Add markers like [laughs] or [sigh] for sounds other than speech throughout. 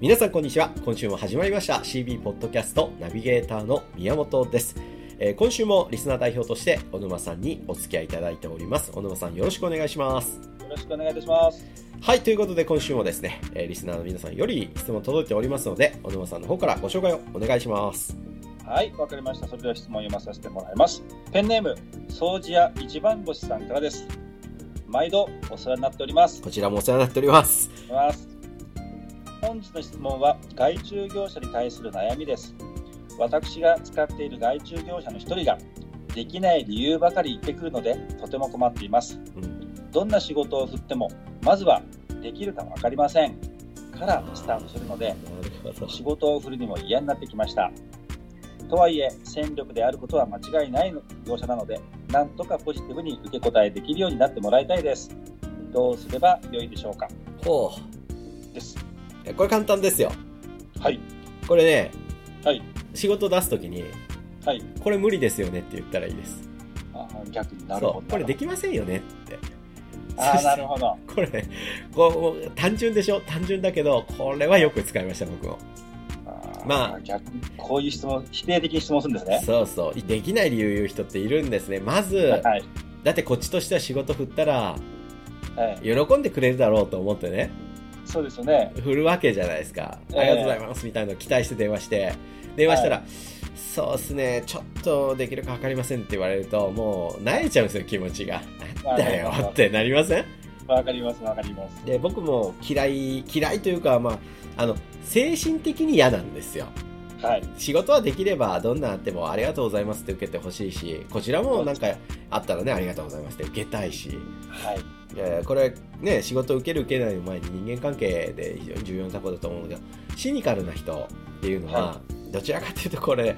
皆さんこんにちは今週も始まりました CB ポッドキャストナビゲーターの宮本です、えー今週もリスナー代表として小沼さんにお付き合いいただいております小沼さんよろしくお願いしますよろしくお願いいたします。はいということで今週もですね、えーリスナーの皆さんより質問届いておりますので小沼さんの方からご紹介をお願いしますはい、わかりました。それでは質問を読まさせてもらいます。ペンネーム、掃除屋一番星さんからです。毎度お世話になっております。こちらもお世話になっておりますお願いします本日の質問は、外注業者に対する悩みです。私が使っている外注業者の一人が、できない理由ばかり言ってくるので、とても困っています。うんどんな仕事を振っても、まずはできるかわかりません。からスタートするので、なるほど仕事を振るにも嫌になってきましたとはいえ戦力であることは間違いない業者なのでなんとかポジティブに受け答えできるようになってもらいたいですどうすれば良いでしょうかほですういやこれ簡単ですよはいこれねはい仕事出すときにはいこれ無理ですよねって言ったらいいですあー逆になるほそうどこれできませんよねってああなるほどこれねこう単純でしょ単純だけどこれはよく使いました僕もーまあ逆にこういう質問否定的に質問するんですねそうそうできない理由言う人っているんですねまずはいだってこっちとしては仕事振ったらはい喜んでくれるだろうと思ってねそうですよね振るわけじゃないですか、ええありがとうございますみたいなのを期待して電話して電話したら、そうっすねちょっとできるか分かりませんって言われるともう慣れちゃうんですよ気持ちがなんだよわかるってなりませんわかりますわかりますで僕も嫌い嫌いというかまああの精神的に嫌なんですよはい仕事はできればどんなあってもありがとうございますって受けてほしいしこちらもなんかあったらねありがとうございますって受けたいしはいいやいやこれね仕事受ける受けないの前に人間関係で非常に重要なところだと思うんだけどシニカルな人っていうのは、はどちらかというとこれ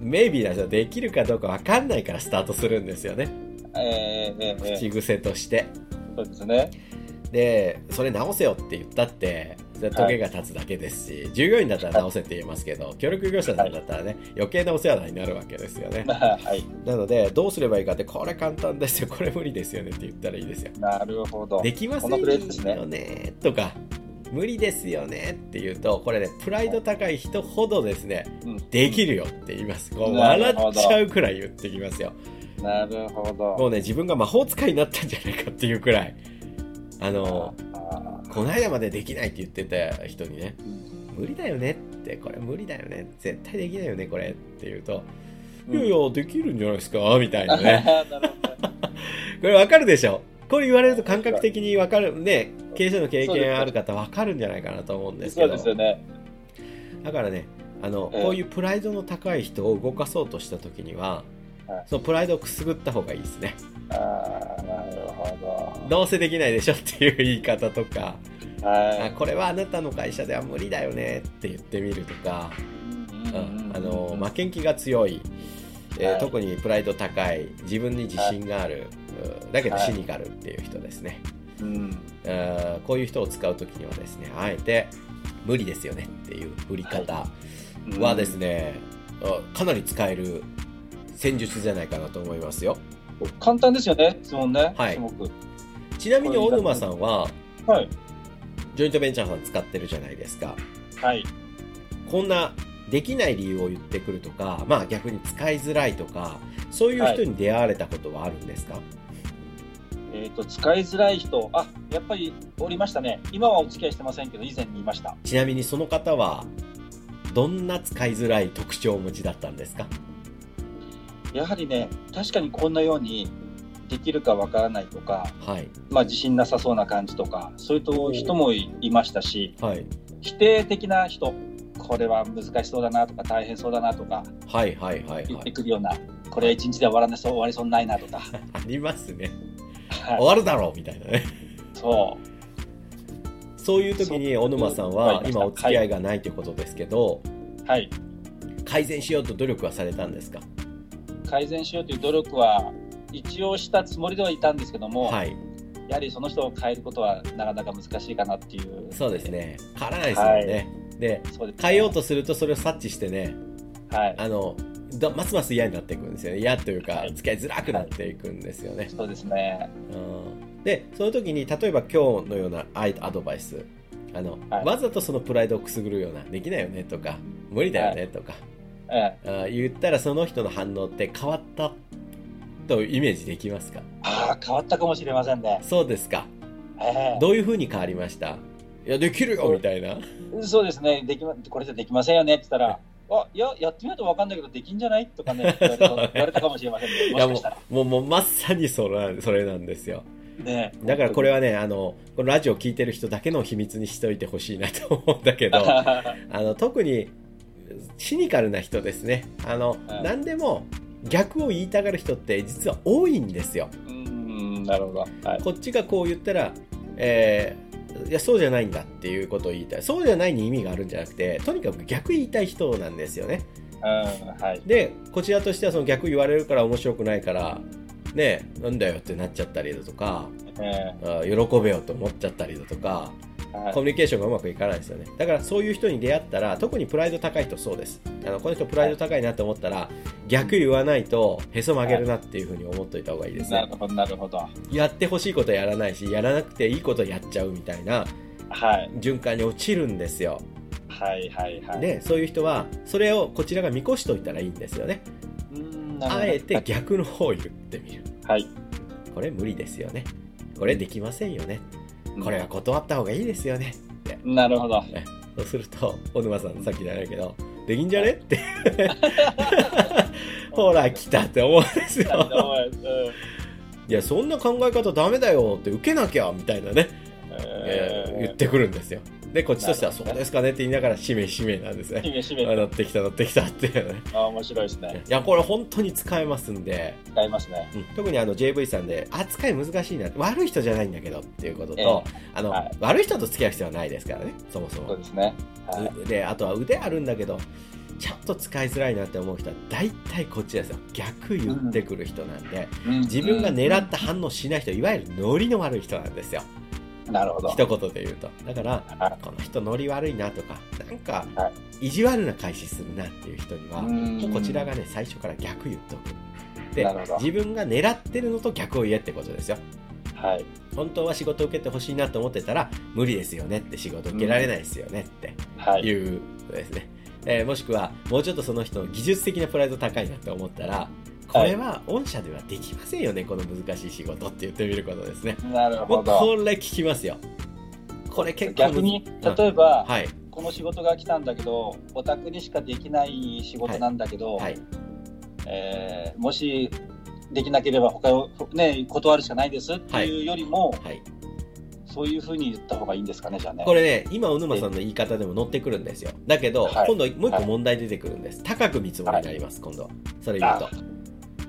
メイビーな人はできるかどうか分かんないからスタートするんですよねえー、えー、え口癖としてー、そうですね [laughs] でそれ直せよって言ったってそれはトゲが立つだけですし、従業員だったら直せって言えますけど協力業者さんだったらね余計なお世話になるわけですよねはいなのでどうすればいいかってこれ簡単ですよこれ無理ですよねって言ったらいいですよなるほどできませんこのフレーズですねよねとか無理ですよねって言うとこれねプライド高い人ほどですねうんできるよって言いますこうなる笑ほどっちゃうくらい言ってきますよなるほどもうね自分が魔法使いになったんじゃないかっていうくらいあのあこの間までできないって言ってた人にねー無理だよねってこれ無理だよね絶対できないよねこれって言うと、うんいやいやできるんじゃないですかみたいなねあー [laughs] なるほどこれわかるでしょこれ言われると感覚的にわかるね経営者の経験ある方わかるんじゃないかなと思うんですそけうどですよね。だからねあの、ええこういうプライドの高い人を動かそうとした時には、はいそのプライドをくすぐった方がいいですねああ、なるほどうせできないでしょっていう言い方とか、ど。はあこれはあなたの会社では無理だよねって言ってみるとか、い。うんあの負けん気が強い、えーはい特にプライド高い自分に自信がある、うんだけどはいシニカルっていう人ですね、うん。うんこういう人を使う時にはですねあえて無理ですよねっていう振り方はですね、あかなり使える戦術じゃないかなと思いますようん。簡単ですよね、質問ね。はいすごく。ちなみに小沼さんははい。ジョイントベンチャーさん使ってるじゃないですかはい。こんなできない理由を言ってくるとか、まあ、逆に使いづらいとかそういう人に出会われたことはあるんですか、えっ、と、使いづらい人、あ、やっぱりおりましたね。今はお付き合いしてませんけど、以前にいました。ちなみにその方はどんな使いづらい特徴をお持ちだったんですかやはりね、確かにこんなように、できるかわからないとか、はいまあ、自信なさそうな感じとか、そういう人もいいましたし、はい否定的な人、これは難しそうだなとか、大変そうだなとか、はいはいはい言は [laughs] っていくるような、これ一日で終わらなそう終わりそうにないな [laughs] とか、ありますねはい終わるだろうみたいなね [laughs] そうそういう時に小沼さんはそう今お付き合いがないということですけど、はい、改善しようと努力はされたんですか改善しようという努力は一応したつもりではいたんですけども、はいやはりその人を変えることはなかなか難しいかなっていう、そうですね変わらないですもんね、でそうですね変えようとするとそれを察知してねはい、あのどますます嫌になっていくんですよね嫌というかはい付き合いづらくなっていくんですよね、そうですね、うんでその時に例えば今日のようなアイアドバイスあの、はいわざとそのプライドをくすぐるような「できないよね」とか「無理だよね」とか、ええあー言ったらその人の反応って変わったとイメージできますかああ、変わったかもしれませんね。そうですかえどういうふうに変わりましたいやできるよみたいなえそうですね。できま、これじゃできませんよねって言ったら、あ、いや、やってみないとわかんないけど、できんじゃないとかね、言われ [laughs] たそうね言われたかもしれませんね。いもしやかもしたら。うもうもうまさにそれそれなんですよねえだからこれはねあのこのラジオ聞いてる人だけの秘密にしといてほしいなと思うんだ [laughs] けどあの特にシニカルな人ですねあの、うん何でも逆を言いたがる人って実は多いんですよ [laughs] うーん、なるほど。はい。こっちがこう言ったら、えーいやそうじゃないんだっていうことを言いたいそうじゃないに意味があるんじゃなくてとにかく逆言いたい人なんですよねうん、はい。でこちらとしてはその逆言われるから面白くないからねなんだよってなっちゃったりだとかえあー喜べよと思っちゃったりだとかえはいコミュニケーションがうまくいかないですよねだからそういう人に出会ったら特にプライド高い人そうですあのこの人プライド高いなと思ったら逆言わないとへそ曲げるなっていうふうに思っといた方がいいですなねるほど、なるほど。やってほしいことやらないしやらなくていいことやっちゃうみたいなはい。循環に陥るんですよはい、はい、はい。でそういう人はそれをこちらが見越しておいたらいいんですよねうーん、なるほどあえて逆の方を言ってみるはい。これ無理ですよねこれできませんよねうんこれは断った方がいいですよねなるほど。そうすると小沼さんさっきじゃないけど「できんじゃね?」ってほら来たって思うんですなるほよどうんいやそんな考え方ダメだよって受けなきゃみたいなね、えー言ってくるんですよでこっちとしては「なそるうほどねですかね」って言いながら「しめしめ」なんですねしめしあめ。乗ってきた乗ってきたっていうねあ面白いですね。いやこれ本当に使えますんで、使いますね。うん特にあの JV さんで扱い難しいな悪い人じゃないんだけどっていうことと、ええあのはい悪い人と付き合う必要はないですからねそもそもそうですね。はうであとは腕あるんだけどちょっと使いづらいなって思う人は大体こっちですよ逆言ってくる人なんで、いうん自分が狙った反応しない人いわゆるノリの悪い人なんですようんなるほど。一言で言うとだからはこの人ノリ悪いなとかなんかは意地悪な返しするなっていう人にはうんもうこちらがね最初から逆言っとくでなるほど自分が狙ってるのと逆を言えってことですよはい。本当は仕事を受けてほしいなと思ってたら無理ですよねって仕事受けられないですよねってはい。いうことですね、えーもしくはもうちょっとその人の技術的なプライド高いなと思ったらこれは御社ではできませんよねこの難しい仕事って言ってみることですねなるもほうこど。れ聞きますよこれ結構逆にうん、例えば、はいこの仕事が来たんだけど、お宅にしかできない仕事なんだけど、はいえーもしできなければ他を、ね、断るしかないですっていうよりも、はいそういうふうに言った方がいいんですかね、じゃあね。これね今小沼さんの言い方でも乗ってくるんですよだけど、はい今度もう一個問題出てくるんです、高く見積もりになります、今度それ言うとあ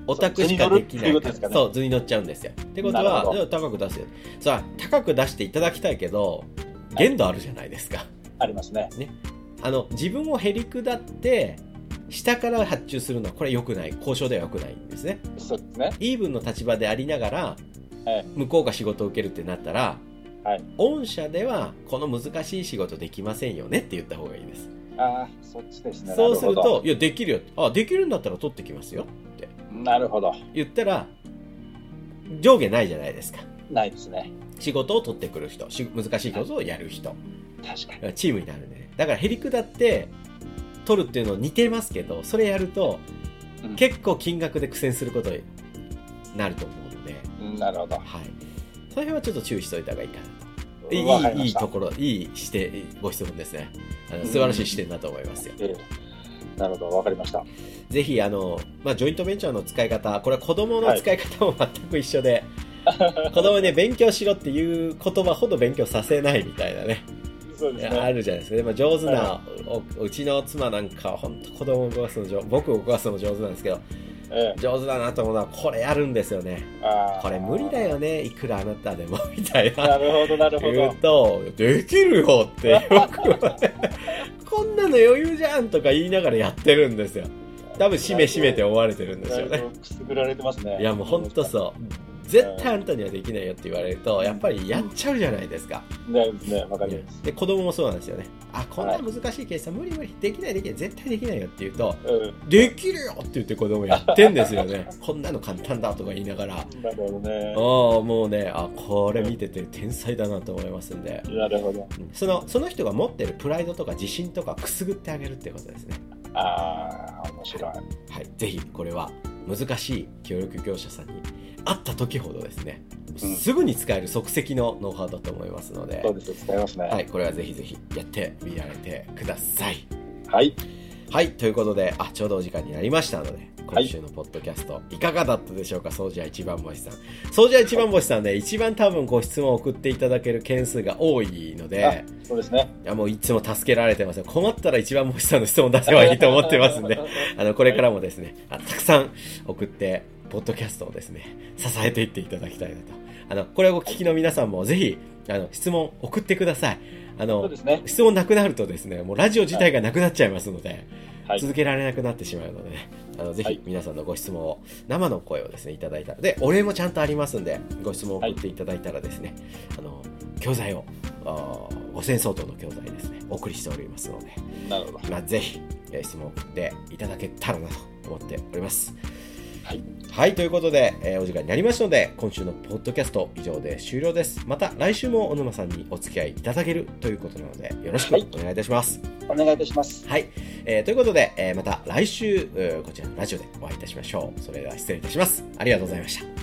オタクしかできなそうい図に乗るっていうかことらですかねそう図に乗っちゃうんですよってことなるはほどじゃあ高く出すよさあ高く出していただきたいけど限度あるじゃないですか、ありますね。あの自分をへりくだって下から発注するのはこれ良くない交渉では良くないんですねそうですね。イーブンの立場でありながらはい向こうが仕事を受けるってなったら、はい御社ではこの難しい仕事できませんよねって言った方がいいですああ、そっちですね。そうするなほといやできるよあできるんだったら取ってきますよってど、なるほど。言ったら上下ないじゃないですかないですね。仕事を取ってくる人し難しいことをやる人確かに。チームになるんでねだからへりくだって取るっていうの似てますけどそれやるとうん結構金額で苦戦することになると思うので、うんなるほど。はい、その辺はちょっと注意しておいた方がいいかなといわかりいまいいしいたところいい視点ご質問ですねあの素晴らしい視点だと思いますよええなるほど、わかりました。ぜひあの、まあ、ジョイントベンチャーの使い方これは子供の使い方も全く一緒 [laughs] で、子供にね勉強しろっていう言葉ほど勉強させないみたいなねそういですやあね。るじゃないですかでも上手なはおうちの妻なんかは本当子供を動かすの上僕を動かすの上手なんですけどえ上手だなと思うのはこれやるんですよねえあーこれ無理だよねいくらあなたでもみたいななるほど、なるほ言うど。と「できるよ」って [laughs] よく「こんなの余裕じゃん」とか言いながらやってるんですよ多分しめしめて思われてるんですよだいねぶくすぐられてますね。いやもう本当そう絶対あんたにはできないよって言われるとやっぱりやっちゃうじゃないですか、ねねわかります。で子供もそうなんですよねあこんな難しい計算無理無理できないできない絶対できないよって言うとうん、できるよって言って子供やってんですよ [laughs] ねこんなの簡単だとか言いながらあなるほどねあ。もうねあこれ見てて天才だなと思いますんでなるほど。うんそのその人が持ってるプライドとか自信とかくすぐってあげるってことですねああ、面白い。はい、ぜひこれは難しい協力業者さんに会った時ほどですね、うんすぐに使える即席のノウハウだと思いますのでそう、です、使いますね。はい、これはぜひぜひやってみられてください。はい。はい、ということで、あ、ちょうどお時間になりましたので、今週のポッドキャスト、いかがだったでしょうか、総じゃ一番星さん。総じゃ一番星さんね、一番多分ご質問を送っていただける件数が多いので、そうですね。いやもういつも助けられてますよ困ったら一番星さんの質問出せばいいと思ってますんで。あの、これからもですね、あのたくさん送って、ポッドキャストをですね、支えていっていただきたいなと。あの、これをお聞きの皆さんもぜひ、あの、質問送ってください。あ [laughs] そうので、すね。質問なくなるとですね、もうラジオ自体がなくなっちゃいますので、はい。続けられなくなってしまうのでね、あの、ぜはひい皆さんのご質問を、生の声をですね、いただいたら、で、お礼もちゃんとありますんで、ご質問を送っていただいたらですね、あの、教材を、あー5000相当の教材ですね、お送りしておりますので、なるほど。まあ、ぜひ、えー質問を送っていただけたらなと思っております。はい。はい、ということで、えーお時間になりましたので、今週のポッドキャスト以上で終了です。また来週も小沼さんにお付き合いいただけるということなので、よろしくはいお願いいたします。お願いいたします。はい、えーということで、えーまた来週、えーこちらのラジオでお会いいたしましょう。それでは失礼いたします。ありがとうございました。